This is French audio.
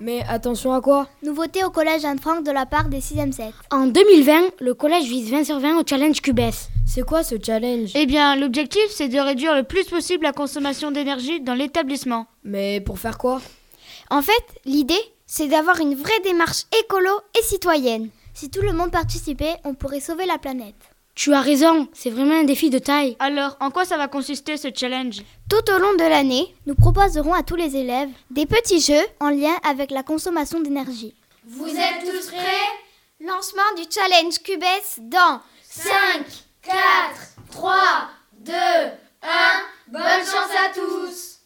Mais attention à quoi Nouveauté au collège Anne-Franck de la part des 6e 7. En 2020, le collège vise 20 sur 20 au challenge QBS. C'est quoi ce challenge Eh bien, l'objectif, c'est de réduire le plus possible la consommation d'énergie dans l'établissement. Mais pour faire quoi En fait, l'idée, c'est d'avoir une vraie démarche écolo et citoyenne. Si tout le monde participait, on pourrait sauver la planète. Tu as raison, c'est vraiment un défi de taille. Alors, en quoi ça va consister ce challenge Tout au long de l'année, Nous proposerons à tous les élèves des petits jeux. en lien avec la consommation d'énergie. Vous êtes tous prêts Lancement du challenge QBS dans 5, 4, 3, 2, 1. Bonne chance à tous